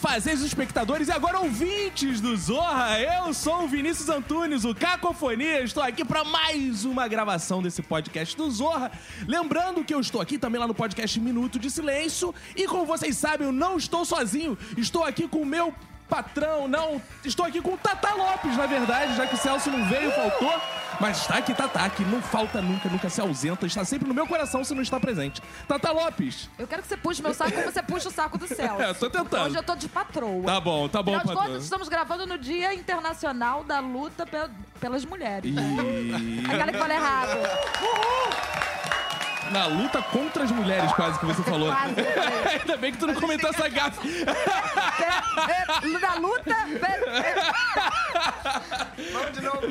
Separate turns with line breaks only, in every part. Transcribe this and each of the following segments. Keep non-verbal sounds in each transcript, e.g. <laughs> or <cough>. Cafazes espectadores e agora ouvintes do Zorra. Eu sou o Vinícius Antunes, o Cacofonia. Estou aqui para mais uma gravação desse podcast do Zorra. Lembrando que eu estou aqui também lá no podcast Minuto de Silêncio. E como vocês sabem, eu não estou sozinho. Estou aqui com o meu patrão, não. Estou aqui com o Tata Lopes, na verdade, já que o Celso não veio, faltou. Mas está aqui, Tata, que não falta nunca, nunca se ausenta. Está sempre no meu coração se não está presente. Tata Lopes.
Eu quero que você puxe meu saco como você puxa o saco do Celso.
É, tô tentando.
Porque Hoje eu tô de patroa.
Tá bom, tá bom,
Afinal de
patrão.
contas, estamos gravando no Dia Internacional da Luta pe- pelas Mulheres.
E
Aquela que fala errado.
na luta contra as mulheres, quase que você falou.
Quase.
<laughs> Ainda bem que tu não comentou essa gafe.
Pe- pe- Da luta. pe-
Vamos de novo.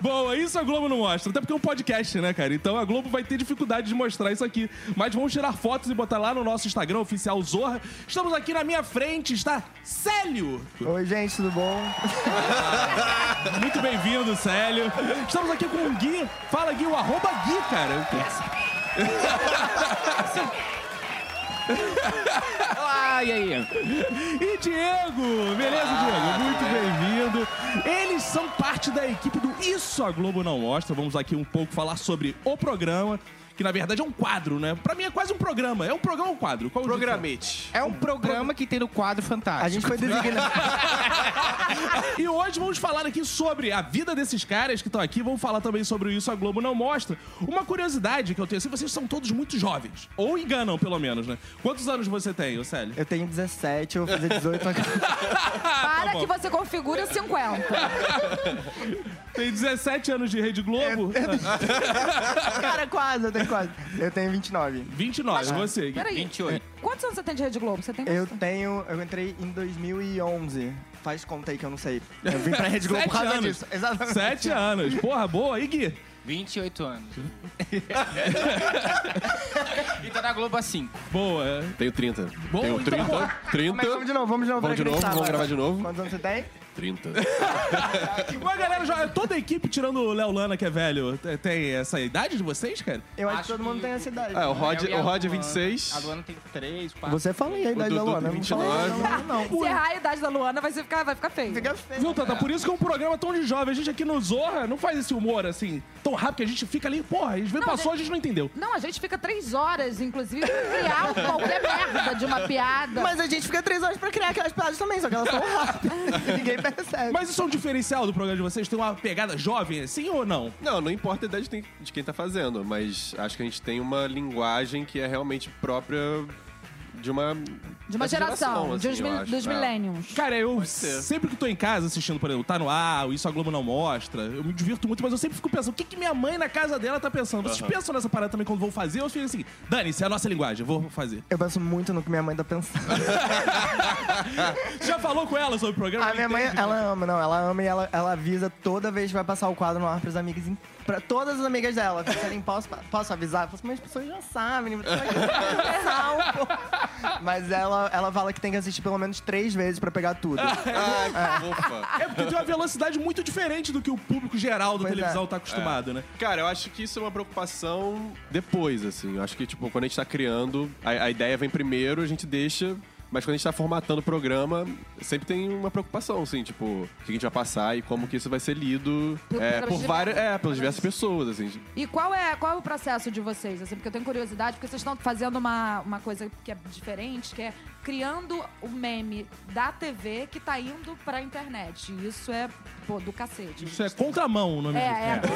Bom, isso a Globo não mostra. Até porque é um podcast, né, cara? Então a Globo vai ter dificuldade de mostrar isso aqui. Mas vamos tirar fotos e botar lá no nosso Instagram oficial Zorra. Estamos aqui na minha frente, está Célio.
Oi, gente, tudo bom?
Muito bem-vindo, Célio. Estamos aqui com o Gui. Fala, Gui, o arroba Gui, cara.
Ah, e aí?
E Diego! Beleza, Diego? Muito bem-vindo. Eles são parte da equipe do Isso a Globo Não Mostra. Vamos aqui um pouco falar sobre o programa, que na verdade é um quadro, né? Pra mim é quase um programa. É um programa ou um quadro? Qual o jeito?
Programete.
É um programa que tem no quadro fantástico.
A gente foi designado.
E hoje vamos falar aqui sobre a vida desses caras que estão aqui. Vamos falar também sobre Isso a Globo Não Mostra. Uma curiosidade que eu tenho, assim, vocês são todos muito jovens. Ou enganam, pelo menos, né? Quantos anos você tem, Océlio?
Eu tenho 17, eu vou fazer 18 agora.
Para que você configure o 50.
Tem 17 anos de Rede Globo? <laughs>
Cara, quase, eu tenho quase. Eu tenho 29.
29, você. Gui.
É.
Peraí.
28.
Quantos anos você tem de Rede Globo? Você tem
Eu tenho. Eu entrei em 2011. Faz conta aí que eu não sei. Eu vim pra Rede Globo por
Sete
causa
anos.
disso. Exatamente.
Sete anos. Porra, boa. E Gui?
28 <laughs> anos. e tá na Globo há 5.
Boa.
Tenho 30.
Bom,
Tenho
então
30.
bora.
30.
Mas vamos de novo, vamos de novo.
Vamos
pra
de novo,
acreditar
vamos gravar
agora.
de novo.
Quantos anos você tem?
30.
Mas, galera, já, toda a equipe, tirando o Léo Lana, que é velho, te- tem essa idade de vocês, cara?
Eu acho,
Acho
que todo mundo
que-
tem essa idade.
Ah, o Rod,
Eu e a
o Rod
Luana.
é 26.
A Luana tem 3, 4.
Você fala aí a idade
Dudu
da Luana.
tem
Não fala
29.
não, não.
Se errar a idade da Luana, vai se ficar, vai ficar feio.
Fica feio.
Viu, Tata? Por isso que é um programa tão de jovem. A gente aqui no Zorra não faz esse humor assim tão rápido que a gente fica ali, porra, eles vezes
Não,
passou, a gente não entendeu.
Não, a gente fica três horas, inclusive, pra criar qualquer merda de uma piada.
Mas é a gente fica 3 horas pra criar aquelas piadas também, só que elas são rápidas. Ninguém percebe.
Mas isso é um diferencial do programa de vocês? Tem uma pegada jovem assim ou não?
Não, não importa a idade de quem- de quem tá fazendo, mas acho que a gente tem uma linguagem que é realmente própria de uma.
de uma
dessa
geração, de
assim,
uns
eu
mil-
acho.
dos
É.
millennials.
Cara, eu
ser.
sempre que tô em casa assistindo, por exemplo, tá no ar, o isso a Globo não mostra, eu me divirto muito, mas eu sempre fico pensando, o que, que minha mãe na casa dela tá pensando? Vocês pensam nessa parada também quando vão fazer? Eu fico assim, Dani, isso é a nossa linguagem, eu vou fazer.
Eu penso muito no que minha mãe tá pensando.
Você já falou com ela sobre o programa?
A minha mãe, é ela ama, não, ela ama e ela, ela avisa toda vez que vai passar o quadro no ar pras amigas, em- pra todas as amigas dela. Fica ali, posso, posso avisar? Eu falo assim, mas as pessoas já sabem, né? você vai conversar um pouco. Mas ela, ela fala que tem que assistir pelo menos três vezes pra pegar tudo.
Ai, que fofa.
É porque tem uma velocidade muito diferente do que o público geral da
Pois é.
televisão tá acostumado, né?
Cara, eu acho que isso é uma preocupação depois, assim. Eu acho que, tipo, quando a gente tá criando, a, a ideia vem primeiro, a gente deixa. Mas quando a gente tá formatando o programa, sempre tem uma preocupação, assim, tipo, o que a gente vai passar e como que isso vai ser lido
Por-
é,
pelas
por
diversas-
várias, é, pelas diversas pessoas, assim.
E qual é, qual é o processo de vocês? Assim, porque eu tenho curiosidade, porque vocês estão fazendo uma, uma coisa que é diferente, que é criando o meme da TV que tá indo pra internet. E Isso é, pô, do cacete.
Isso é contramão o nome
É, é,
disso.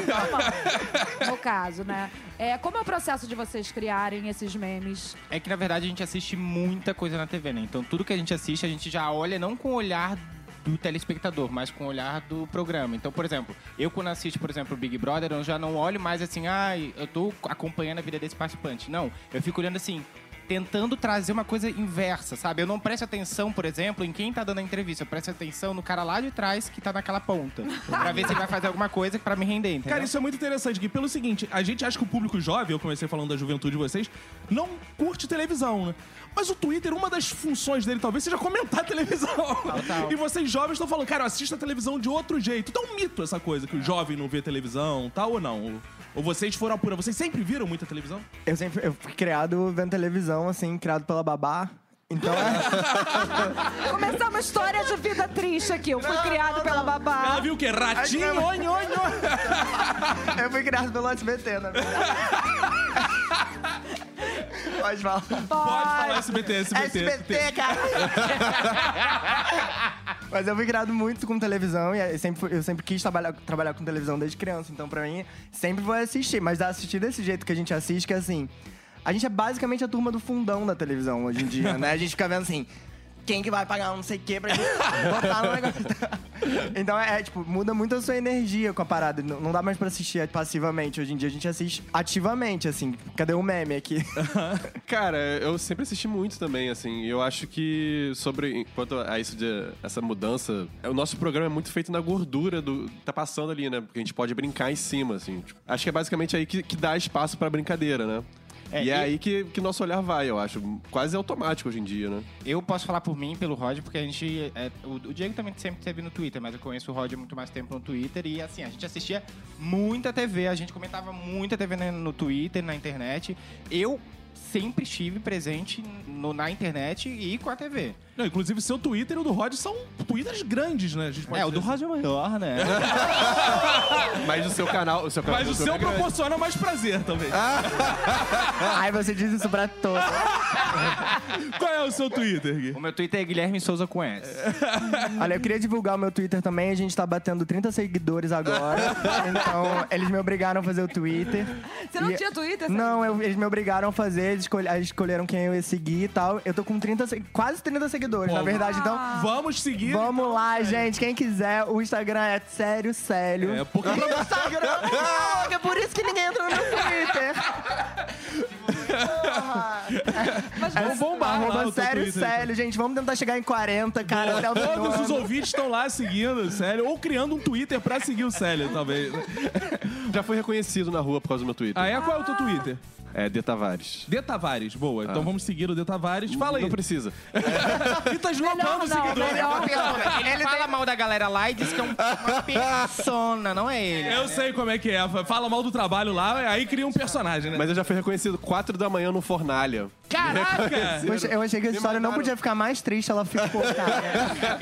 no caso, né? É, como é o processo de vocês criarem esses memes?
É que na verdade a gente assiste muita coisa na TV, né? Então tudo que a gente assiste, a gente já olha não com o olhar do telespectador, mas com o olhar do programa. Então, por exemplo, eu quando assisto, por exemplo, o Big Brother, eu já não olho mais assim, ai, eu tô acompanhando a vida desse participante. Não, eu fico olhando assim, tentando trazer uma coisa inversa, sabe? Eu não presto atenção, por exemplo, em quem tá dando a entrevista, eu presto atenção no cara lá de trás que tá naquela ponta, pra ver se ele vai fazer alguma coisa pra me render, entendeu?
Cara, isso é muito interessante, Gui. Pelo seguinte, a gente acha que o público jovem, eu comecei falando da juventude de vocês, não curte televisão, né? Mas o Twitter, uma das funções dele talvez seja comentar televisão.
Total.
E vocês jovens estão falando, cara, eu assisto a televisão de outro jeito. Então é um mito essa coisa, que o jovem não vê televisão, tal ou não? Ou, ou vocês foram apura. Vocês sempre viram muita televisão?
Eu sempre eu fui criado vendo televisão, assim, criado pela babá.
<laughs>
Então,
Começar uma história de vida triste aqui. Eu fui criado pela babá.
Ah,
Ela viu o quê? Ratinho? Oi,
Ai,
oi, oi.
é eu fui criado pelo SBT,
<laughs>
na verdade. Pode falar.
Pode falar SBT, SBT.
SBT, <laughs> cara! Mas eu fui criado muito com televisão e eu sempre, fui- eu sempre quis trabalhar, trabalhar com televisão desde criança. Então, pra mim, sempre vou assistir. Mas dá assistir desse jeito que a gente assiste, que é assim... A gente é basicamente a turma do fundão da televisão hoje em dia, né? A gente fica vendo assim... Quem que vai pagar um não sei o quê pra gente botar no negócio? <laughs> Então, é, é, tipo, muda muito a sua energia com a parada. Não, não dá mais pra assistir passivamente. Hoje em dia, a gente assiste ativamente, assim. Cadê o meme aqui?
Cara, eu sempre assisti muito também, assim. Eu acho que sobre quanto a isso de essa mudança, o nosso programa é muito feito na gordura do tá passando ali, né? Porque a gente pode brincar em cima, assim. Tipo, acho que é basicamente aí que, que dá espaço pra brincadeira, né?
É,
e é
e-
aí que que nosso olhar vai, eu acho. Quase automático hoje em dia, né?
Eu posso falar por mim, pelo Rod, porque a gente. é, o, o Diego também sempre teve no Twitter, mas eu conheço o Rod há muito mais tempo no Twitter. E assim, a gente assistia muita TV, a gente comentava muita TV no, no Twitter, na internet. Eu sempre estive presente no- na internet e com a TV.
Não, inclusive, seu Twitter e o do Rod são twitters grandes, né? A gente pode
é, o do
dizer.
Rod é maior, né?
Mas o seu canal. O seu canal
assim. Mas o seu proporciona mais prazer, talvez.
<laughs> Ah. Ai, você diz isso pra todos.
Qual é o seu Twitter, Gui?
o meu Twitter é Guilherme Souza com S.
Olha, eu queria divulgar o meu Twitter também. A gente tá batendo 30 seguidores agora. então, eles me obrigaram a fazer o Twitter.
Você não
E-
tinha Twitter?
Não, eu- eles me obrigaram a fazer, eles escolhe- eles escolheram quem eu ia seguir e tal. Eu tô com 30, se- quase 30 seguidores,
Pô,
na verdade. Então,
Vamos seguir.
vamos lá, gente. Quem quiser, o Instagram é sério, sério.
É, porque... <laughs>
O Instagram é louca, por isso que ninguém entrou no Twitter.
Ah,
Mas
Vamos bombar lá
Arroba
o teu
sério,
Twitter.
sério, gente. Vamos tentar chegar em 40, cara. até o fim do
Todos os
ano.
ouvintes estão lá seguindo o Célio, ou criando um Twitter pra seguir o Célio, talvez.
Já fui reconhecido na rua por causa do meu Twitter.
Ah, é? Qual é o teu Twitter?
É De Tavares.
De Tavares, boa.
Ah.
Então vamos seguir o De Tavares. Fala aí.
Não precisa.
E tá esnobando o
Melhor não,
seguidor.
melhor não.
Ele é fala mal da galera lá e diz que é um- <laughs> uma persona, não é ele.
Eu sei como é que é. Fala mal do trabalho lá, aí cria um personagem, né?
Mas eu já fui reconhecido 4 da manhã no Fornalha.
Caraca!
Eu achei- Eu achei que a história não
mandaram-
podia ficar mais triste, ela ficou, cara.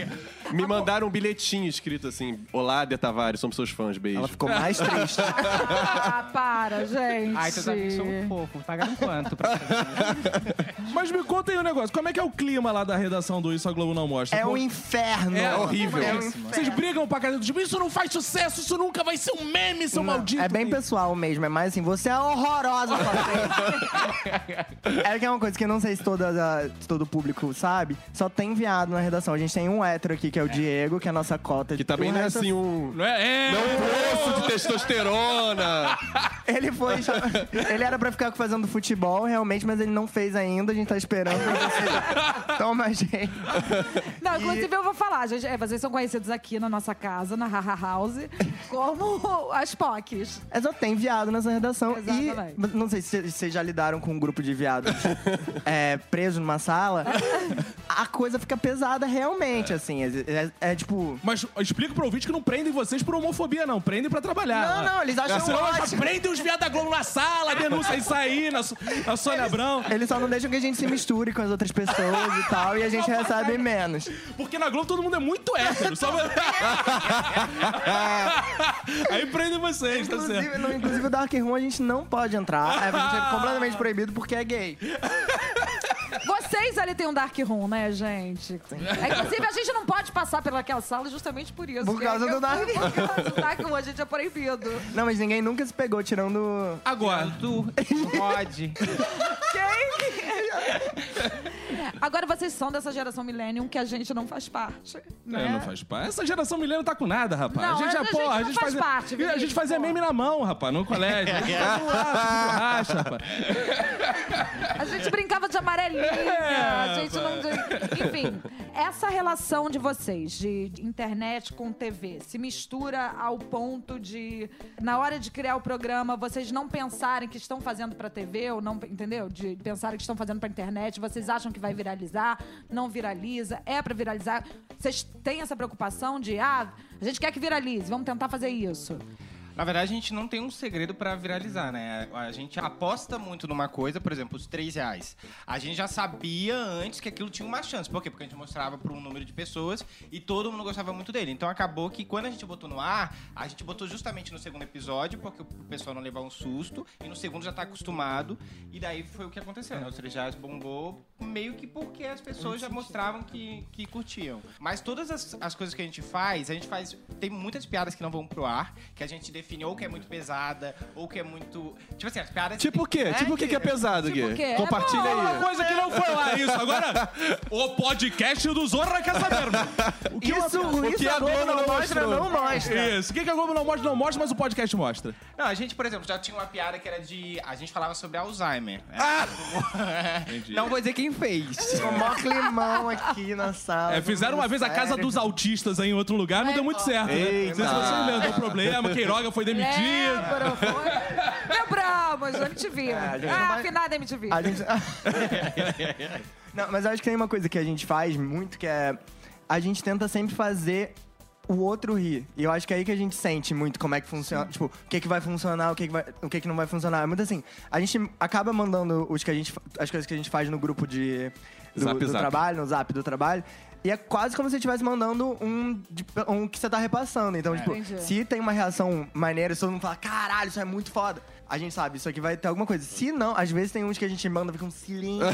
Me mandaram um bilhetinho escrito assim: Olá, De Tavares, somos seus fãs, beijo.
Ela ficou mais triste.
Ah, para, gente.
Ai, teus amigos são um fofo. Pagaram quanto <laughs> pra
Mas me conta aí um negócio. Como é que é o clima lá da redação do Isso a Globo Não Mostra?
É
Pô,
um inferno.
É
horrível.
É um
Vocês brigam pra caramba. Tipo, isso não faz sucesso, isso nunca vai ser um meme, seu
Não,
maldito.
é bem pessoal mesmo, é mais assim, você é horrorosa sua frente. É que é uma coisa que eu não sei se toda, a- se todo o público sabe, só tem viado na redação. A gente tem um hétero aqui, que é o Diego, que é a nossa cota.
Que também
O
não é
resto-
assim um.
Não é? É.
É um poço de testosterona!
Ele foi... cham- ele era pra ficar fazendo futebol, realmente, mas ele não fez ainda. A gente tá esperando que você toma gente.
Não, inclusive eu vou falar, gente. É, vocês são conhecidos aqui na nossa casa, na Haha
<laughs>
House, como as POCs.
É só tem viado nessa redação.
Exatamente.
E não sei se vocês já lidaram com um grupo de viados é, preso numa sala. A coisa fica pesada realmente, assim. É, é- é tipo.
Mas explica pro ouvinte que não prendem vocês por homofobia, não. Prendem pra trabalhar. Ah,
Não, não, eles acham
Senão eles
ótimo.
prendem os viados da Globo na sala, denuncia isso aí, na, Sô- na Sônia Abrão.
Eles só não deixam que a gente se misture com as outras pessoas e tal, e a gente recebe menos.
Porque na Globo todo mundo é muito hétero. Só...
<laughs>
<laughs> aí prendem vocês, tá certo.
Inclusive, no, inclusive, o Dark Room a gente não pode entrar. A gente é completamente proibido porque é gay.
Vocês ali têm um dark room, né, gente? É, inclusive, a gente não pode passar pelaquela sala justamente por isso.
Por
que
causa
é que
do dark-
Por causa do dark room, a gente é proibido.
Não, mas ninguém nunca se pegou, tirando.
Agora,
tu? Rod.
Agora, vocês são dessa geração millennium que a gente não faz parte, né?
É, não faz parte. Essa geração milênio tá com nada, rapaz.
Não,
a gente
essa
já,
gente
porra, a
não
gente
faz
fazia,
parte,
A gente
Vinícius,
fazia
porra.
meme na mão, rapaz, no colégio. A gente fazia um lápis, um borracha, rapaz.
A gente brincava de amarelinha, a gente não. Enfim, essa relação de vocês, de de internet com TV, se mistura ao ponto de, na hora de criar o programa, vocês não pensarem que estão fazendo pra TV, ou não, entendeu? De pensarem que estão fazendo pra internet, vocês acham que vai viralizar, não viraliza, é pra viralizar. Vocês têm essa preocupação de, ah, a gente quer que viralize, vamos tentar fazer isso.
Na verdade, a gente não tem um segredo pra viralizar, né? A a gente aposta muito numa coisa, por exemplo, os três reais. A gente já sabia antes que aquilo tinha uma chance. Por quê? Porque a gente mostrava pra um número de pessoas e todo mundo gostava muito dele. Então acabou que quando a gente botou no ar, a gente botou justamente no segundo episódio, porque o pessoal não levar um susto, e no segundo já tá acostumado. E daí foi o que aconteceu, né? Os três reais bombou meio que porque as pessoas já mostravam que, que curtiam. Mas todas as, as coisas que a gente faz, a gente faz. Tem muitas piadas que não vão pro ar, que a gente define ou que é muito pesada, ou que é muito. Tipo assim, as piadas.
Tipo o quê? tipo o quê que é pesado,
Tipo
Gui?
o quê?
Compartilha
É
Uma
aí.
coisa que não foi lá, isso.
<laughs>
Agora, o podcast do Zorra quer saber. O que
Isso,
o
isso
que
a
a
Globo
Globo
não
não
mostra,
mostrou?
não mostra.
Isso. O que que a Globo não mostra, não mostra, mas o podcast mostra.
Não, a gente, por exemplo, já tinha uma piada que era de. A gente falava sobre Alzheimer. né? não vou dizer quem fez.
O maior climão aqui na sala.
É, fizeram uma vez a casa dos autistas aí em outro lugar, não
É.
deu muito certo. né? Não sei se
Eita.
vocês lembram do problema, Queiroga foi demitido.
Lembro, foi. Lembramos, MTV.
É, a gente não
Ah,
vai-
afinada MTV.
A gente... <laughs> Não, mas eu acho que tem uma coisa que a gente faz muito que é. A gente tenta sempre fazer o outro rir. E eu acho que é aí que a gente sente muito como é que funciona. Tipo, o que, que vai funcionar, o que, que, vai- o que, que não vai funcionar. É muito assim. A gente acaba mandando os que a gente, fa- as coisas que a gente faz no grupo de. Do,
Zap,
do
zap.
trabalho, no zap do trabalho. E é quase como se você estivesse mandando um, de- um que você tá repassando.
É.
Então, tipo,
Entendi.
se tem uma reação maneira, se todo mundo fala, caralho, isso é muito foda. A gente sabe, isso aqui vai ter alguma coisa. Se não, às vezes tem uns que a gente manda, fica um
<laughs>
silêncio.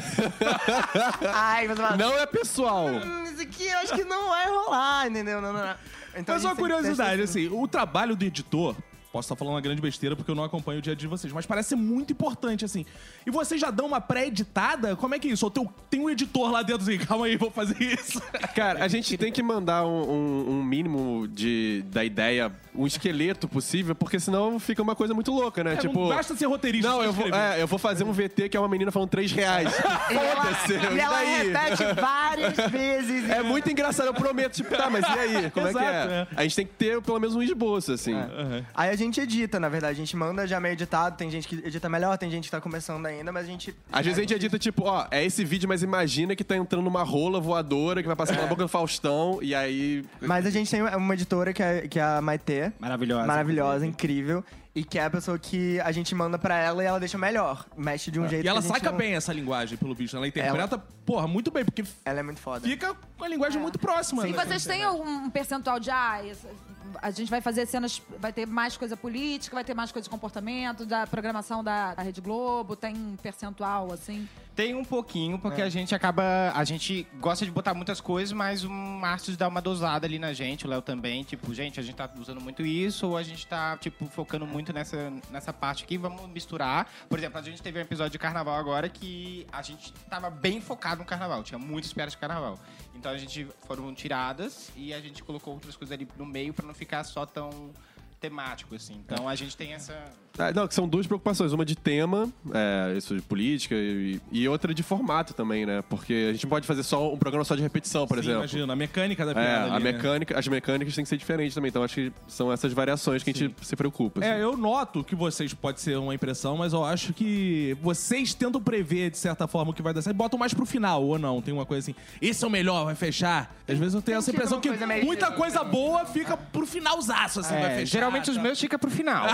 Ai, você fala,
Não é pessoal.
"Hum, isso aqui eu acho que não vai rolar, entendeu? Não, não, não. Então,
Mas uma
a gente sempre
curiosidade,
testa
assim, o trabalho do editor. Posso estar falando uma grande besteira porque eu não acompanho o dia a dia de vocês, mas parece ser muito importante, assim. E vocês já dão uma pré-editada? Como é que é isso? Ou tem, tem um editor lá dentro assim, <laughs> calma aí, vou fazer isso.
Cara, a gente tem que mandar um, um- um mínimo de, da ideia, um esqueleto possível, porque senão fica uma coisa muito louca, né?
É,
tipo.
não basta ser roteirista.
Não,
só
eu vou,
escrever.
é, eu vou fazer um VT que é uma menina falando 3 reais. Foda-se,
E ela
e daí?
repete várias
<laughs>
vezes. né?
É muito engraçado, eu prometo. Tipo, tá, mas e aí? Como é
Exato,
que
é.
é? A gente tem que ter pelo menos um esboço, assim.
Aham.
Aí a gente edita, na verdade. A gente manda já meio editado. Tem gente que edita melhor, tem gente que tá começando ainda, mas a gente.
Às vezes a gente edita, tipo, ó, é esse vídeo, mas imagina que tá entrando uma rola voadora que vai passar pela boca do Faustão, e aí.
Mas a gente tem uma editora que é, que é a Maitê.
Maravilhosa.
Maravilhosa, incrível. E que é a pessoa que a gente manda pra ela e ela deixa melhor. Mexe de um jeito
Ah. E ela
que a gente
saca
não-
bem essa linguagem, pelo visto. né? Ela interpreta, porra, muito bem, porque
Ela é muito foda.
fica com a linguagem muito próxima.
E
né?
vocês têm algum percentual de. Ah, essa- a gente vai fazer cenas. Vai ter mais coisa política, vai ter mais coisa de comportamento, da programação da, da Rede Globo? Tem um percentual, assim?
Tem um pouquinho, porque a gente acaba. A gente gosta de botar muitas coisas, mas o Márcio dá uma dosada ali na gente, o Léo também. Tipo, gente, a gente tá usando muito isso, ou a gente tá, tipo, focando muito nessa, nessa parte aqui, vamos misturar. Por exemplo, a gente teve um episódio de carnaval agora que a gente tava bem focado no carnaval, tinha muitas piadas de carnaval. Então a gente foram tiradas e a gente colocou outras coisas ali no meio pra não ficar só tão temático, assim. Então a gente tem essa.
Ah, Não, que são duas preocupações. Uma de tema, é, isso de política, e, e outra de formato também, né? Porque a gente não pode fazer só um programa só de repetição, por
Sim,
exemplo.
Imagina, a mecânica da
É,
piada. ali,
a
né?
mecânica, as mecânicas têm que ser diferentes também. Então acho que são essas variações que a gente se preocupa. assim.
É, eu noto que vocês pode ser uma impressão, mas eu acho que vocês tentam prever de certa forma o que vai dar certo, e botam mais pro final ou não, tem uma coisa assim. Esse é o melhor, vai fechar. Às vezes eu tenho essa
tido
impressão
é uma
que
coisa meio-
muita coisa boa fica pro finalzaço assim, vai
É,
fechar.
geralmente os
tá?
meus fica pro final.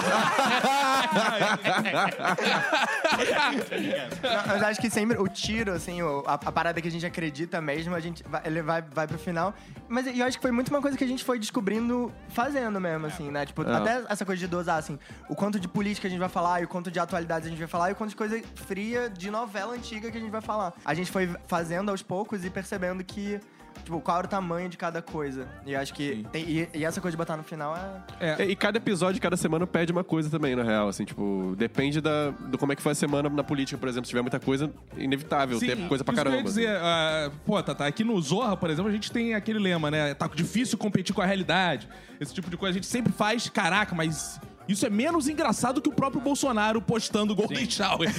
Não, Mas acho que sempre o tiro, assim, o- a, a parada que a gente acredita mesmo, a gente vai- ele vai, vai pro final. Mas eu acho que foi muito uma coisa que a gente foi descobrindo fazendo mesmo, assim, né? Tipo, até essa coisa de dosar, assim, o quanto de política a gente vai falar, e o quanto de atualidades a gente vai falar, e o quanto de coisa fria de novela antiga que a gente vai falar. A gente foi fazendo aos poucos e percebendo que. Tipo, qual era o tamanho de cada coisa. E eu acho que. tem- e, e essa coisa de botar no final é.
É, E cada episódio, cada semana pede uma coisa também, na real, assim, tipo, depende da, do como é que foi a semana na política, por exemplo, se tiver muita coisa, inevitável,
Sim,
tem coisa pra
isso que eu ia
caramba. assim.
dizer, ah, pô, tá, aqui no Zorra, por exemplo, a gente tem aquele lema, né? Tá difícil competir com a realidade. Esse tipo de coisa a gente sempre faz, caraca, mas isso é menos engraçado que o próprio Bolsonaro postando Golden
<laughs>
Shower.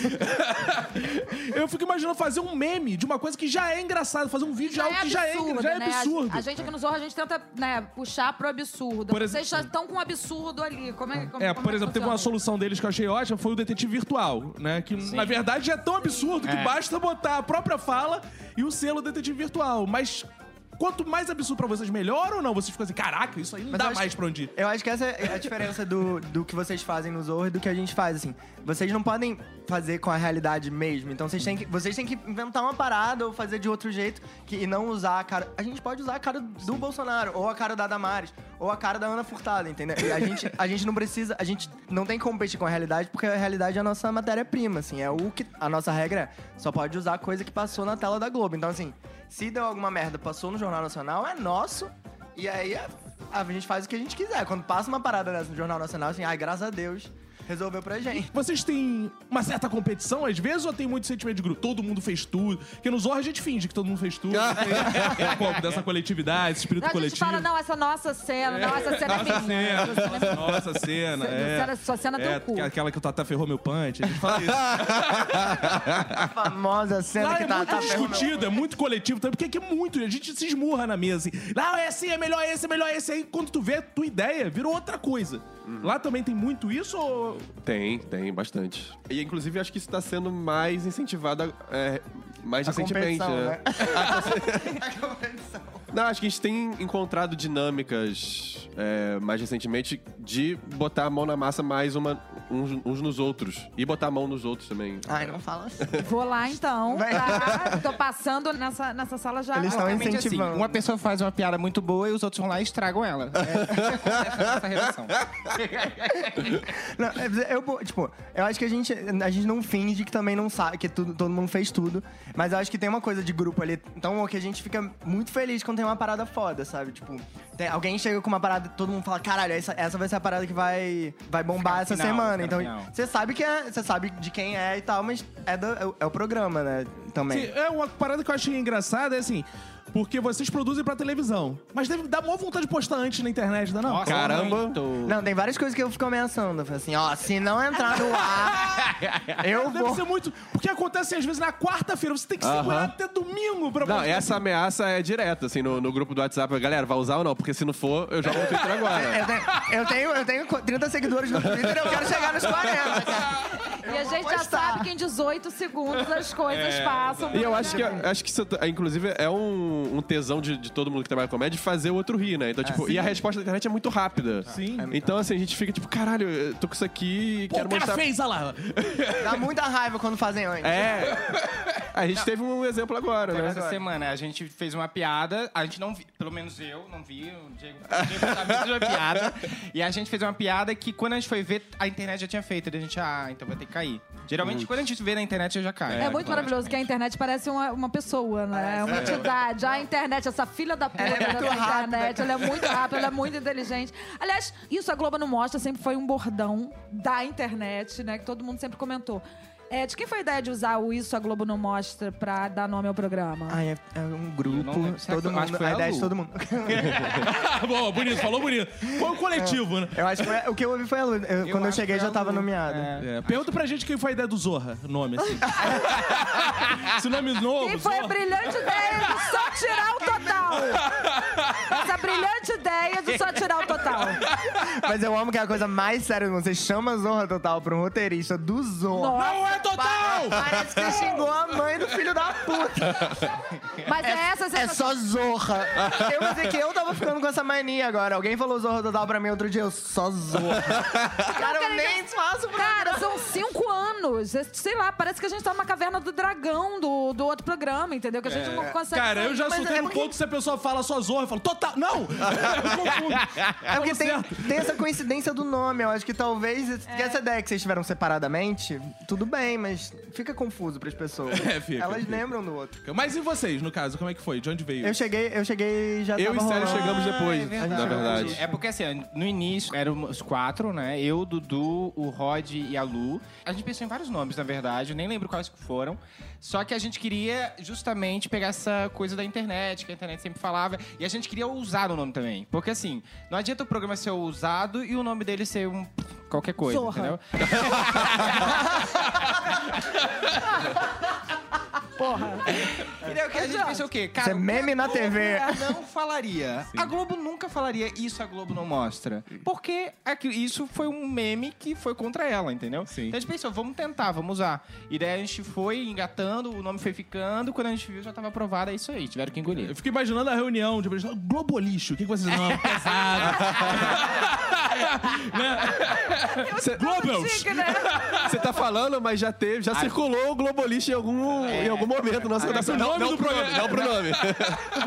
eu fico imaginando fazer um meme de uma coisa que já é engraçado, fazer um vídeo de algo que já é, já é
né?
absurdo.
A, a gente aqui no Zorro, a gente tenta né, puxar pro absurdo.
Por ex-
Vocês já estão com um absurdo ali. Como é, como,
É,
como
por exemplo, teve
funciona?
uma solução deles que eu achei ótima, foi o detetive virtual, né? Que, na verdade,
É.
já é tão absurdo que basta botar a própria fala e o selo detetive virtual. Mas Quanto mais absurdo pra vocês, melhor ou não? Vocês ficam assim, caraca, isso aí não
Mas eu
dá
acho-
mais pra onde ir.
Eu acho que essa é a diferença do, do que vocês fazem no Zorro e do que a gente faz, assim. Vocês não podem fazer com a realidade mesmo. Então vocês têm que, vocês têm que inventar uma parada ou fazer de outro jeito que, e não usar a cara. A gente pode usar a cara do Bolsonaro, ou a cara da Damares, ou a cara da Ana Furtada, entendeu? E a gente, a gente não precisa. A gente não tem como competir com a realidade, porque a realidade é a nossa matéria-prima, assim. É o que. A nossa regra é só pode usar coisa que passou na tela da Globo. Então, assim, se deu alguma merda, passou no Jornal Nacional, é nosso. E aí a, a gente faz o que a gente quiser. Quando passa uma parada dessa no Jornal Nacional, assim, ai, graças a Deus, resolveu pra gente.
Vocês têm uma certa competição, às vezes, ou tem muito sentimento de grupo? Todo mundo fez tudo. Porque no Zorra a gente finge que todo mundo fez tudo.
<laughs>
Tem um pouco dessa coletividade, esse espírito
Não, a gente
coletivo.
fala, não, essa nossa cena, não, essa cena é
Nossa
minha.
cena,
essa cena é minha.
nossa cena.
Cena-
É,
cena- sua cena é
é,
teu cu.
aquela que o Tata ferrou meu punch. A gente fala isso.
<laughs> A famosa cena
Lá
que
é
tá,
muito
tá ferrando.
discutido, é muito coletivo também, porque aqui é muito, a gente se esmurra na mesa. Assim, não, é assim, é melhor esse, é melhor esse. Aí quando tu vê, a tua ideia virou outra coisa. Lá também tem muito isso ou...
Tem, tem, bastante. E inclusive acho que isso tá sendo mais incentivado é, mais
A
recentemente.
competição,
né?
né? <laughs> A competição.
Não, acho que a gente tem encontrado dinâmicas é, mais recentemente de botar a mão na massa mais uma, uns, uns nos outros. E botar a mão nos outros também.
Ai, não fala assim.
Vou lá então,
Vai.
tá? Tô passando nessa, nessa sala já.
Eles estão
Basicamente assim,
incentivando.
uma pessoa faz uma piada muito boa e os outros vão lá e estragam ela. É, essa redação.
Não, é- eu, tipo, eu acho que a gente, a gente não finge que também não sabe, que tudo, todo mundo fez tudo. Mas eu acho que tem uma coisa de grupo ali. Então, que a gente fica muito feliz quando tem uma parada foda, sabe? Tipo, tem- alguém chega com uma parada todo mundo fala, caralho, essa, essa vai ser a parada que vai, vai bombar
Ficar no
essa
final,
semana.
ficar
Então,
no final.
você sabe que é, você sabe de quem é e tal, mas é, do- é o- é o programa, né? Também.
Sim, é uma parada que eu achei engraçada, é assim... Porque vocês produzem pra televisão. Mas deve dar maior vontade de postar antes na internet, não é não?
Nossa,
Caramba.
muito.
Não, tem várias coisas que eu fico ameaçando. Eu falo assim, ó, se não entrar no ar,
<laughs>
eu
Deve
vou.
ser muito... Porque acontece, às vezes, na quarta-feira. Você tem que
Aham.
segurar até domingo pra
Não,
postar.
essa ameaça é direta, assim, no, no grupo do WhatsApp. Galera, vai usar ou não? Porque se não for, eu jogo no Twitter
Eu
agora.
tenho, eu, tenho, eu tenho 30 seguidores no Twitter, eu quero chegar nos 40, cara.
E a gente já
postar.
sabe que em 18 segundos as coisas passam. né?
E eu acho que, acho que isso, tá- inclusive, é um, um tesão de, de todo mundo que trabalha com comédia fazer o outro rir, né? Então, tipo, e a resposta da internet é muito rápida.
Sim.
Então, assim, a gente fica tipo, caralho, eu tô com isso aqui e
Pô,
quero
o cara
mostrar.
fez, olha lá. <laughs>
Dá muita raiva quando fazem antes.
É. A gente teve um exemplo agora, né?
Essa semana a gente fez uma piada, a gente não vi, pelo menos eu não vi, o Diego, o Diego sabia de uma piada. E a gente fez uma piada que quando a gente foi ver, a internet já tinha feito. Daí a gente, ah, então vai ter que cair. Geralmente, quando a gente vê na internet, eu já caio.
É muito maravilhoso que a internet parece uma, uma pessoa, né? É uma entidade. A internet, essa filha da puta
Ela é muito
da
rápida.
internet, ela é muito rápida, ela é muito inteligente. Aliás, isso a Globo não mostra, sempre foi um bordão da internet, né? Que todo mundo sempre comentou. É, de quem foi a ideia de usar o Isso a Globo não mostra pra dar nome ao programa?
Ai, é, é um
Eu
grupo,
não lembro. Será
todo
que- acho que
mundo,
foi
a
a
ideia de
Lu.
todo mundo.
Boa, Ah, bonito, falou bonito. Foi um coletivo, né?
Eu acho que foi- o que eu ouvi foi a Lu. Eu- quando eu
acho
cheguei
que
já
é
tava
o-
nomeado.
É.
É, pergunta pra gente quem foi a ideia do Zorra, o nome,
<laughs>
assim. Esse nome novo,
Quem foi a
Zorra.
brilhante ideia do só tirar o total? Essa brilhante ideia do só tirar o total.
Mas eu amo que é a coisa mais séria do mundo. Você chama Zorra Total pra um roteirista do Zorra.
Não é total!
Parece que xingou a mãe do filho da puta.
Mas é, essa a
É
sensação.
só Zorra. Eu vou dizer que eu tava ficando com essa mania agora. Alguém falou Zorra Total pra mim outro dia, eu só
<laughs>
Zorra. Cara, eu nem faço pra
Cara, são cinco anos. É, Sei lá, parece que a gente tá numa caverna do dragão do, do outro programa, entendeu? Que a gente não consegue.
Cara, eu
sair.
já
mas
soltei
é
no
porque-
ponto se a pessoa fala só Zorra, eu falo, total,
<laughs>
não! Eu confundo.
É porque tem,
certo.
tem essa coincidência do nome. Eu acho que talvez essa ideia que vocês tiveram separadamente, tudo bem, mas fica confuso pras pessoas.
<laughs> É, fica,
Elas
fica.
lembram do outro.
Mas e vocês, no caso, como é que foi? De onde veio?
Eu cheguei, eu cheguei já
Eu
tava
e Célio
rolando.
chegamos depois, na É verdade.
É porque assim, no início éramos quatro, né? Eu, Dudu, o Rod e a Lu. A gente pensou em vários nomes, na verdade, eu nem lembro quais que foram. Só que a gente queria justamente pegar essa coisa da internet, que a internet sempre falava. E a gente queria usar o nome também. Porque assim, não adianta o programa ser usado e o nome dele ser um. qualquer coisa,
Zorra.
<laughs>
entendeu?
Porra.
E daí o que a gente pensou o quê? Cara,
Isso é meme na
o é que a
TV.
Globo não falaria. A Globo nunca nunca falaria isso a Globo não mostra. Porque aqui- isso foi um meme que foi contra ela, entendeu?
Sim.
Então a gente pensou, vamos tentar, vamos usar. E daí a gente foi engatando, o nome foi ficando, quando a gente viu já tava aprovado, é isso aí, tiveram que engolir.
Eu fico imaginando a reunião, tipo, eles falam, globolixo, o que, que vocês vão
<laughs>
Né? Globels!
Chique, né?
Você tá falando, mas já teve, já circulou o Globolista em algum, em algum momento. Nossa,
Mas o nome do
pro
programa-
nome, É. Ah, não pro nome.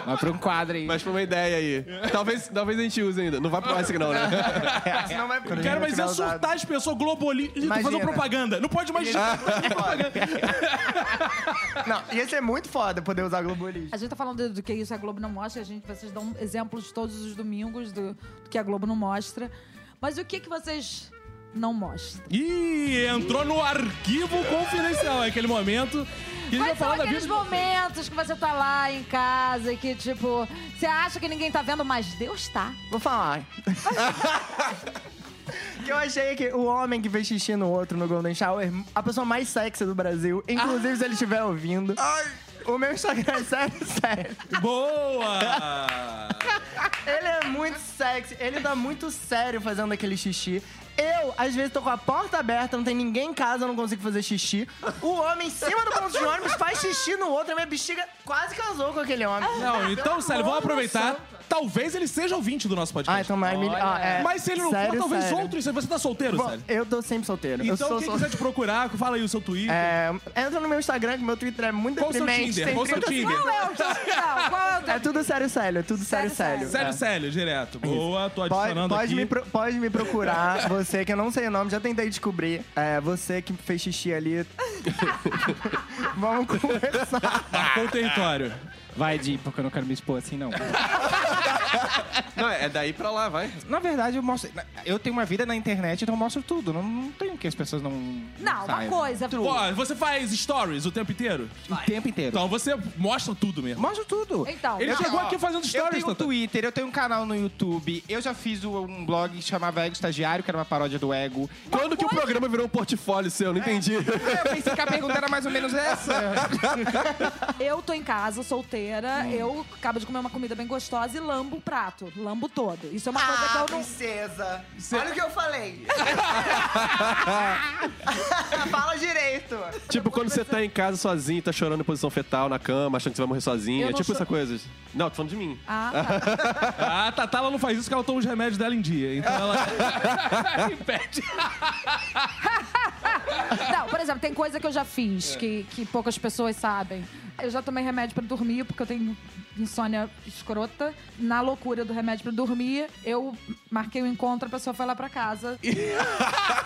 Mas pra um quadro aí.
<laughs> mas foi uma ideia aí. Talvez, talvez a gente use ainda. Não vai pro mais não, né?
<laughs> Senão vai pro
Cara, mas eu surtar as pessoas, globolixo, fazer
Imagina.
uma propaganda. Não pode mais...
Ah. <laughs> Não, ia ser muito foda poder usar globalista.
A gente tá falando do que isso a Globo não mostra, a gente, vocês dão exemplos todos os domingos do, do que a Globo não mostra. Mas o que, que vocês não mostram?
Ih, entrou no arquivo confidencial, é aquele momento que a gente vai
Quais são
falar da vida...
aqueles
de-
momentos que você tá lá em casa e que, tipo, você acha que ninguém tá vendo, mas Deus tá.
Vou falar. <laughs> que eu achei que o homem que fez xixi no outro no Golden Shower, a pessoa mais sexy do Brasil, inclusive se ele estiver ouvindo. O meu Instagram é sério, sério.
Boa!
Ele é muito sexy, ele tá muito sério fazendo aquele xixi. Eu, às vezes, tô com a porta aberta, não tem ninguém em casa, eu não consigo fazer xixi. O homem em cima do ponto de ônibus faz xixi no outro, a minha bexiga quase casou com aquele homem.
Não, então, Célio, vamos aproveitar. Talvez ele seja ouvinte do nosso podcast.
Ah, então mais milho. Ah, é.
Mas se ele não for,
Sério,
talvez
sério.
outros. Você tá solteiro,
Bom,
Célio?
eu tô sempre solteiro. eu
Então,
sou
quem
sol-
quiser te procurar, fala aí o seu Twitter.
É, entra no meu Instagram, que meu Twitter é muito
Qual o seu
deprimente.
Tinder?
tem
Qual o seu
30
Tinder?
Qual é o teu sinal? Qual é o teu...
É tudo sério, sério. É tudo sério,
Sério,
sério.
Sério,
É.
Célio, direto. Boa, tô
Pode,
adicionando
pode
aqui.
me pro- pode me
<laughs>
procurar, você que eu não sei o nome, já tentei descobrir. É, você que fez xixi
<laughs>
ali. Vamos conversar.
Marcou Ah, o
<laughs>
território.
Vai, Di, porque eu não quero me expor assim, não.
Não, é daí pra lá, vai.
Na verdade, eu mostro. Eu tenho uma vida na internet, então eu mostro tudo. Não, não tem o que as pessoas não.
Não, uma
saibam.
coisa.
Pô, você faz stories o tempo inteiro?
O tempo inteiro.
Então você mostra tudo mesmo.
Mostro tudo.
Então,
Ele
não.
chegou aqui fazendo
Eu
stories,
tenho um
Tata.
Twitter, eu tenho um canal no YouTube, eu já fiz o- um blog que chamava Ego Estagiário, que era uma paródia do Ego.
Quando que o programa virou um portfólio seu?
É.
Não entendi. <laughs>
Eu pensei que a pergunta era mais ou menos essa.
Eu tô em casa, solteira, eu acabo de comer uma comida bem gostosa e lambo o prato. Lambo todo. Isso é uma coisa que eu não.
Ah, princesa. Olha o que
<laughs>
eu falei. Fala direito.
tipo, quando você tá em casa sozinho, tá chorando em posição fetal na cama, achando que você vai morrer sozinho.
Eu
É
não
tipo
choro.
essa coisa. Não, tô falando de mim.
Ah, tá.
Ah, a Tatá ela não faz isso porque ela toma os remédios dela em dia. Então
<laughs>
ela <laughs> impede.
Não, por exemplo, tem coisa que eu já fiz que, que poucas pessoas sabem. Eu já tomei remédio pra dormir, porque eu tenho insônia escrota. Na loucura do remédio pra dormir, eu marquei o encontro, a pessoa foi lá pra casa. E,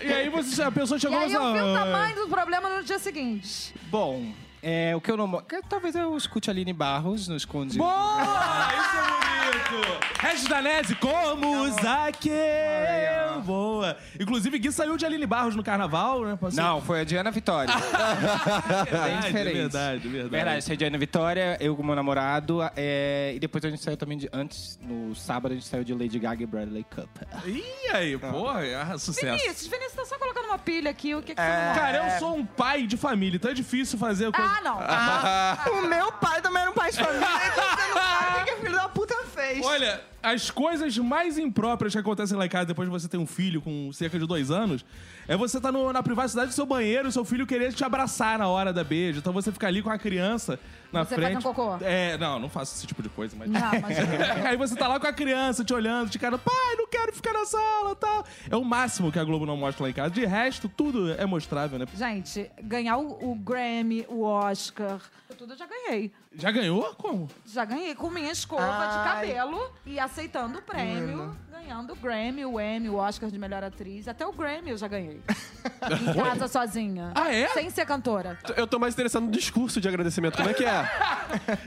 E aí você, a pessoa chegou
aí
e falou
eu vi o
assim,
tamanho do problema no dia seguinte.
Bom, <laughs> é, o que eu não. mo- que Talvez eu escute a Aline Barros no Esconde.
Boa! <laughs> Isso é bonito! Regis Danese, como Zaqueu! Boa! Inclusive, Gui saiu de Aline Barros no carnaval, né? Passou-
Não, foi a Diana Vitória. <laughs> Bem
verdade, é
diferente.
verdade, é verdade.
Verdade, saiu Diana Vitória, eu com meu namorado. é, e depois a gente saiu também de. Antes, no sábado, a gente saiu de Lady Gaga e Bradley Cooper.
Ih, aí, porra, ah, sucesso.
Vinícius, Vinícius, tá só colocando uma pilha aqui. O que, que você não mostra?
Cara,
É.
eu sou um pai de família, então é difícil fazer coisa.
Ah, não.
O meu pai também era um pai de família, então você não sabe o que a filha da puta fez.
Olha, as coisas mais impróprias que acontecem lá em casa depois de você ter um filho com cerca de dois anos é você tá no- na privacidade do seu banheiro e seu filho querer te abraçar na hora da beijo. Então você fica ali com a criança na
Você faz
frente.
um cocô?
É, não, não faço esse tipo de coisa, <laughs> mas.
Não, mas.
Aí você tá lá com a criança te olhando, te cara, pai, não quero ficar na sala e tal. É o máximo que a Globo não mostra lá em casa. De resto, tudo é mostrável, né?
Gente, ganhar o, o Grammy, o Oscar, tudo eu já ganhei.
Já ganhou? Como?
Já ganhei com minha escova de
Ai.
cabelo e aceitando o prêmio, ganhando o Grammy, o Emmy, o Oscar de melhor atriz. Até o Grammy eu
<laughs>
já ganhei. em casa sozinha.
Ah, é?
Sem ser cantora.
Eu tô mais interessado no discurso de agradecimento. Como é
<laughs>
que é?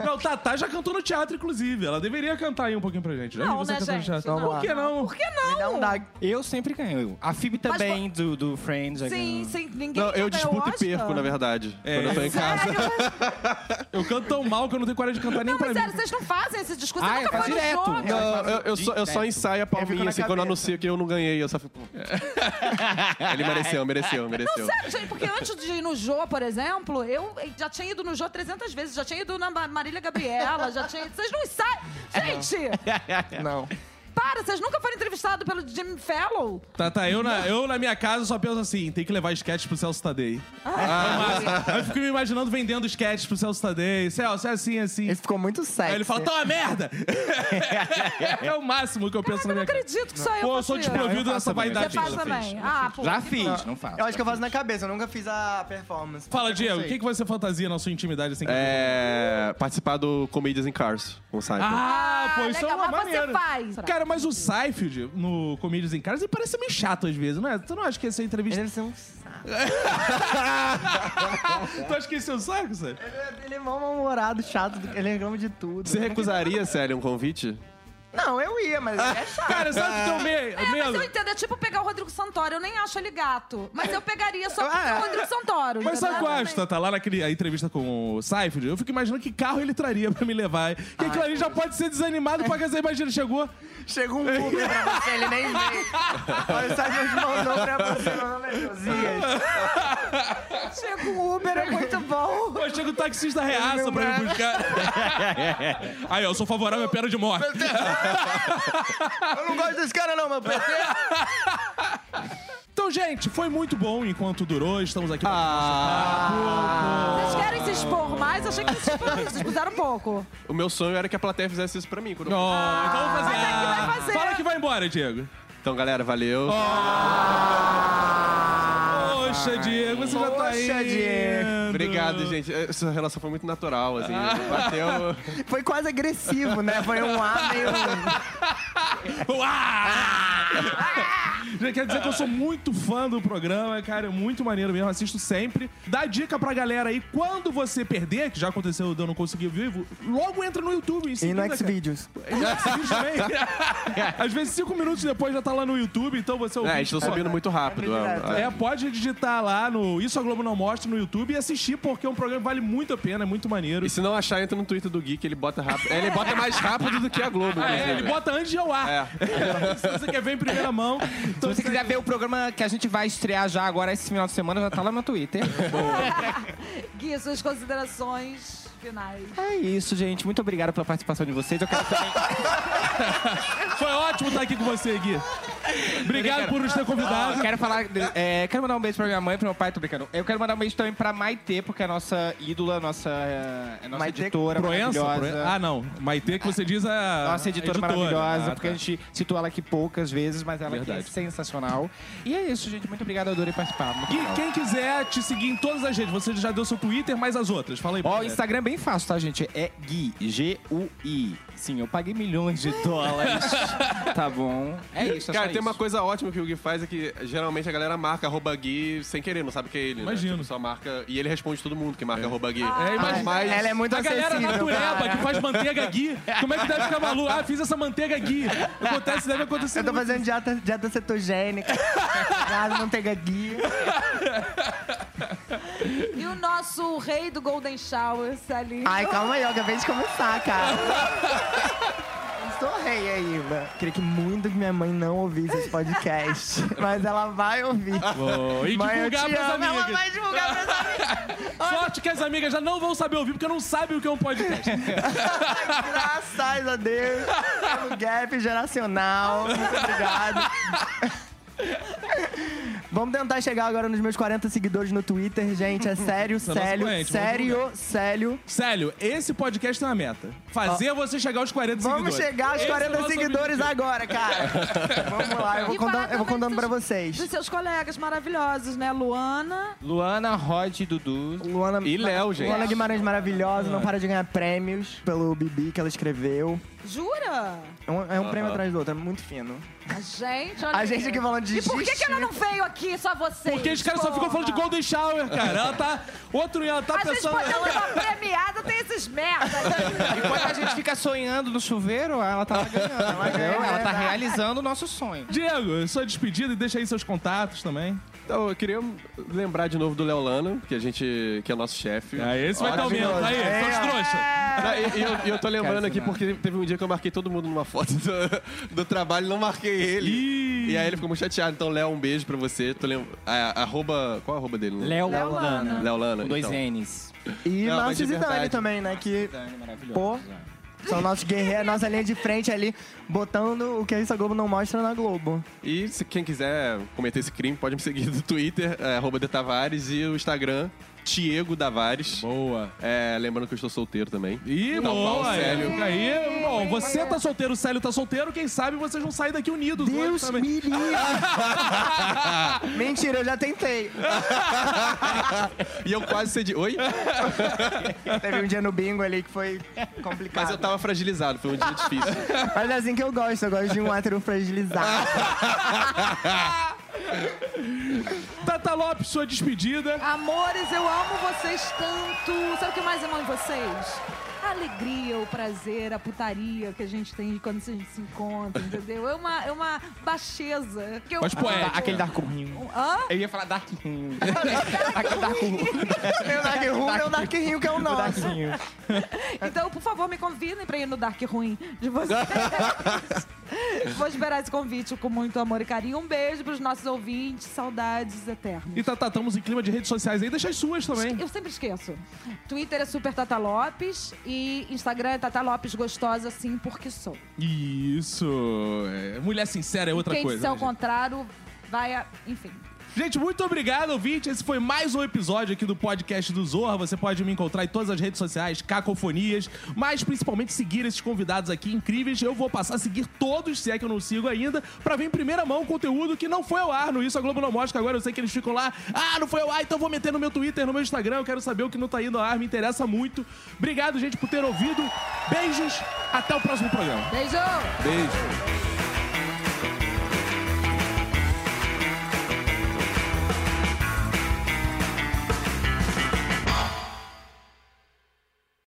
Não, Tatá já cantou no teatro, inclusive. Ela deveria cantar aí um pouquinho pra gente. Já
Não,
vi você
né,
cantando no
gente?
teatro.
Não.
Por que não?
Por que não?
Me dá um dá.
Eu sempre ganho. A Phoebe também, do, do Friends. já
Sim,
ganhou.
sem ninguém.
Não, eu
ganha o
disputo e
Oscar.
perco, na verdade.
É. <laughs>
Quando eu tô em casa.
Sério,
Eu canto tão mal que eu não tenho coragem de cantar nem
não,
pra
mas
mim. é
sério, vocês não fazem esse discurso. Você
Ah, eu
nunca
faço
foi
direto.
no jogo.
Eu-
Não, eu, eu só, eu só
É,
ensaio a
fico
palminha,
na
assim, quando eu
cabeça.
anuncio que eu não ganhei, eu
<laughs>
só fico... Ele mereceu, mereceu, mereceu.
Sério, gente, porque antes de ir no Jô, por exemplo, eu já tinha ido no Jô 300
<laughs>
vezes,
É.
já tinha ido na Ma- Marília Gabriela, já tinha. Vocês não sabem. Gente!
Não.
Para, vocês nunca foram entrevistados pelo Jimmy Fellow?
Tá, tá. Eu na, eu na minha casa só penso assim: tem que levar sketch pro Celso Tadei.
é.
Ah, mas-
assim,
eu fico me imaginando vendendo sketch pro Celso Tadei. Celso, é assim, é assim.
Ele ficou muito sexy.
Aí ele fala, tá uma
<laughs>
merda! é o máximo que eu penso na
Eu não
minha casa.
acredito que só eu
Pô, eu
faço
sou
isso.
desprovido
Não, eu
dessa
faço também.
vaidade.
Você faz
Já fiz,
também? Ah, pô.
Já
que
fiz,
bom.
não faço.
Eu acho que eu
já
faço na cabeça, eu nunca fiz a performance.
Fala, Diego, o
Sei.
que, que você fantasia na sua intimidade assim?
É. Participar do Comedians in Cars com o Cypher.
Ah,
Ah,
pô, isso é
legal,
uma
mas você
maneira.
faz.
Cara, mas o Seinfeld no Comedians em Caras, ele parece meio chato às vezes, não é? Tu não acha que essa
Ele
entrevista...
deve ser um saco.
tu acha que esse é o saco, sério?
Ele é- Ele é mal humorado, chato, ele reclama de tudo.
Você recusaria, sério, um convite?
Não, eu ia, mas
Ah.
ele é chato.
Cara, sabe que tem um meio...
É, mas
medo?
eu entendo. É tipo pegar o Rodrigo Santoro. Eu nem acho ele gato. Mas eu
<laughs>
pegaria só
Ah,
porque é o
é.
Rodrigo Santoro.
Mas sabe é o que eu acho,
Exatamente.
Tata? Tá, Lá naquele, a entrevista com o Seinfeld, eu fico imaginando que carro ele traria pra me levar. Que aquilo ali já pode ser desanimado pra casa. Imagina, chegou...
Chegou um Uber pra você, ele nem veio. Olha, sabe, ele mandou pra você, meu nome é Josias.
Chega
um
o Uber, é muito bom.
Pô, chega o taxista reaça
Meu
pra me <laughs> buscar. Aí, ó, eu sou favorável à pena de morte.
Eu não gosto desse cara não, meu pai.
Então, gente, foi muito bom enquanto durou. Estamos aqui pra
Vocês querem se expor mais? Achei que vocês expuseram- vocês expuseram um pouco.
O meu sonho era que a plateia fizesse isso pra mim. quando eu-
Ó, então vamos fazer.
Mas é que vai fazer.
Fala que vai embora, Diego.
Então, galera, valeu.
Oh, Poxa, Diego, você já tá aí.
Poxa, Diego.
Obrigado, gente. Essa relação foi muito natural, assim.
Ah.
Bateu.
<laughs>
Foi quase agressivo, né? Foi um A meio...
Já quer dizer que eu sou muito fã do programa, cara, é muito maneiro mesmo, assisto sempre. Dá dica pra galera aí, quando você perder, que já aconteceu de eu não conseguir ao vivo, logo entra no YouTube em
E
seguida,
no
cara.
Xvideos.
E no Xvideos também. Às vezes cinco minutos depois já tá lá no YouTube, então você
É,
ouviu.
a gente tá subindo muito rápido.
É
É,
direto.
É, pode digitar lá no Isso a Globo Não Mostra no YouTube e assistir, porque é um programa que vale muito a pena, é muito maneiro.
E se não achar, entra no Twitter do Geek, ele bota rápido. É, Ele bota mais rápido do que a Globo,
É, ele
inclusive.
bota antes de ir ao ar.
É.
<laughs> Se você quer ver em primeira mão,
Se você quiser ver o programa que a gente vai estrear já agora esse final de semana, já tá lá no Twitter.
Gui, suas considerações finais.
É isso, gente. Muito obrigado pela participação de vocês.
<laughs>
Eu quero também
foi ótimo estar aqui com você, Gui. Obrigado por nos ter
Eu
convidado.
quero falar. é, quero mandar um beijo pra minha mãe e pro meu pai, tô brincando. Eu quero mandar um beijo também pra Maitê, porque é a nossa ídola, nossa, é, é nossa
Maitê
editora
Proença?
maravilhosa.
Proença? Ah, não. Maitê, que você diz a.
Nossa editora,
a
maravilhosa,
Ah, tá.
porque a gente citou ela aqui poucas vezes, mas ela aqui é
Verdade.
sensacional. E é isso, gente. Muito obrigado, adorei participar. Muito
Gui,
legal.
quem quiser te seguir em todas as redes, você já deu seu Twitter, mas as outras. Fala aí. pra
Ó, o
galera.
Instagram é bem fácil, tá, gente? É Gui, G-U-I. Sim, eu paguei milhões <laughs> de dólares. tá bom. É isso, é
Cara,
só
tem uma
isso.
coisa ótima que o Gui faz é que geralmente a galera marca arroba Gui sem querer, não sabe que é ele. né?
Imagino.
Tipo, só marca. E ele responde todo mundo que marca arroba Gui.
É, imagina.
Mas
Ah, Ela é muito
tá
a
assim,
galera
né?
acessível,
natureba
cara.
que faz manteiga Gui. Como é que deve ficar maluco? Ah, fiz essa manteiga Gui. Acontece, deve acontecer.
Eu tô
muito.
fazendo dieta, dieta cetogênica, <laughs> gás, manteiga guia.
E o nosso rei do Golden Shower, Salim.
Ai, calma aí, eu acabei de começar, cara. Eu Estou rei ainda. Queria que muito que minha mãe não ouvisse esse podcast, <laughs> mas ela vai ouvir.
Pô, E
Mãe, eu
divulgar
te
pras
amo. Ela
amigas.
vai divulgar pras amigas.
Sorte que as amigas já não vão saber ouvir, porque não sabem o que é um
<laughs>
podcast.
Graças a Deus. Pelo gap geracional. Muito obrigado. Vamos tentar chegar agora nos meus 40 seguidores no Twitter, gente. É sério,
é nosso
sério,
cliente, vamos
sério, sério.
Sério, esse podcast tem uma meta. Fazer você chegar aos 40
Vamos
seguidores.
chegar aos
Esse é o
40
nosso
seguidores
objetivo.
agora, cara. Vamos lá, eu vou,
E falar
contando, eu vou
também
contando
dos-
pra vocês.
Dos seus colegas maravilhosos, né? Luana.
Luana, Rod, Dudu.
Luana,
E Léo, gente.
Luana Guimarães maravilhosa, não para de ganhar prêmios pelo Bibi que ela escreveu.
Jura?
É um, é um prêmio atrás do outro, é muito fino.
A gente, olha
A gente
aí.
aqui falando de
E por que, que ela não
justiça.
veio aqui, só você?
Porque os caras só ficam falando de Golden Shower, cara. Ela tá. Outro, ela tá
A gente
pensando.
pode levar premiada, tem esses
<laughs>
merdas.
E quando a gente fica sonhando no chuveiro, ela tá ganhando, entendeu? Ela tá realizando o nosso sonho.
um-
Diego, sua despedida e deixa aí seus contatos também.
Então, eu queria lembrar de novo do Léo Lana, que a gente. que é nosso chefe.
Ah, esse vai dar
Ótimo.
aumento. Aí,
É.
seus trouxas.
Não, e, e eu, e eu tô lembrando
Cara,
aqui
isso não.
porque teve um dia que eu marquei todo mundo numa foto do, do trabalho e não marquei ele.
Ih.
E aí ele ficou muito chateado. Então, Léo, um beijo pra você. Tô lem... ah, arroba... Qual é a arroba dele?
Léo Lana.
Léo Lana.
Com dois
então.
N's.
E
Não, mas
Márcio
de
Zidane
verdade.
também, né? Que
Dani,
Pô.
maravilhosa.
São nossos guerreiros, nossa linha de frente ali, botando o que a Globo não mostra na Globo.
E se quem quiser cometer esse crime, pode me seguir no Twitter, é, arroba de Tavares, e o Instagram, Tiego Davares.
Boa.
É, lembrando que eu estou solteiro também.
Ih,
Tá
boa,
bom,
é.
Célio.
Fica aí. Bom, você tá solteiro, o Célio tá solteiro. Quem sabe vocês vão sair daqui unidos. né? hoje
Deus
também.
me livre! <laughs> Mentira, eu já tentei.
E eu quase cedi. Oi?
Teve um dia no bingo ali que foi complicado.
Mas eu tava fragilizado, foi um dia difícil.
Mas é assim que eu gosto, eu gosto de um hétero <laughs> fragilizado.
Tata Lopes, sua despedida.
Amores, eu amo vocês tanto. Sabe o que mais eu amo em vocês? A alegria, o prazer, a putaria que a gente tem quando a gente se encontra, entendeu? É uma, é uma baixeza. Que eu
Mas é poético.
Aquele Dark Rinho.
Hã?
Eu ia falar Dark Rinho. Aquele Dark Rinho.
Tem o Dark Room, tem o <laughs> Dark Rio que é o nosso.
Então, por favor, me convidem pra ir no Dark Ruim de
<laughs>
vocês. Vou esperar esse convite com muito amor e carinho. Um beijo pros nossos ouvintes, saudades eternas.
E Tata, estamos em clima de redes sociais aí. Deixa as suas também.
Eu sempre esqueço. Twitter é super Tata Lopes e Instagram é Tata Lopes Gostosa, sim, porque sou.
Isso. É, Mulher sincera é outra
Quem
coisa.
disser
né,
o contrário, vai a... Enfim.
Gente, muito obrigado, ouvinte. Esse foi mais um episódio aqui do podcast do Zorra. Você pode me encontrar em todas as redes sociais, cacofonias, mas principalmente seguir esses convidados aqui incríveis. Eu vou passar a seguir todos, se é que eu não sigo ainda, pra ver em primeira mão o conteúdo que não foi ao ar no Isso a Globo não mostra, que agora eu sei que eles ficam lá. Ah, não foi ao ar, então vou meter no meu Twitter, no meu Instagram. Eu quero saber o que não tá indo ao ar, me interessa muito. Obrigado, gente, por ter ouvido. Beijos, até o próximo programa.
Beijo!
Beijo.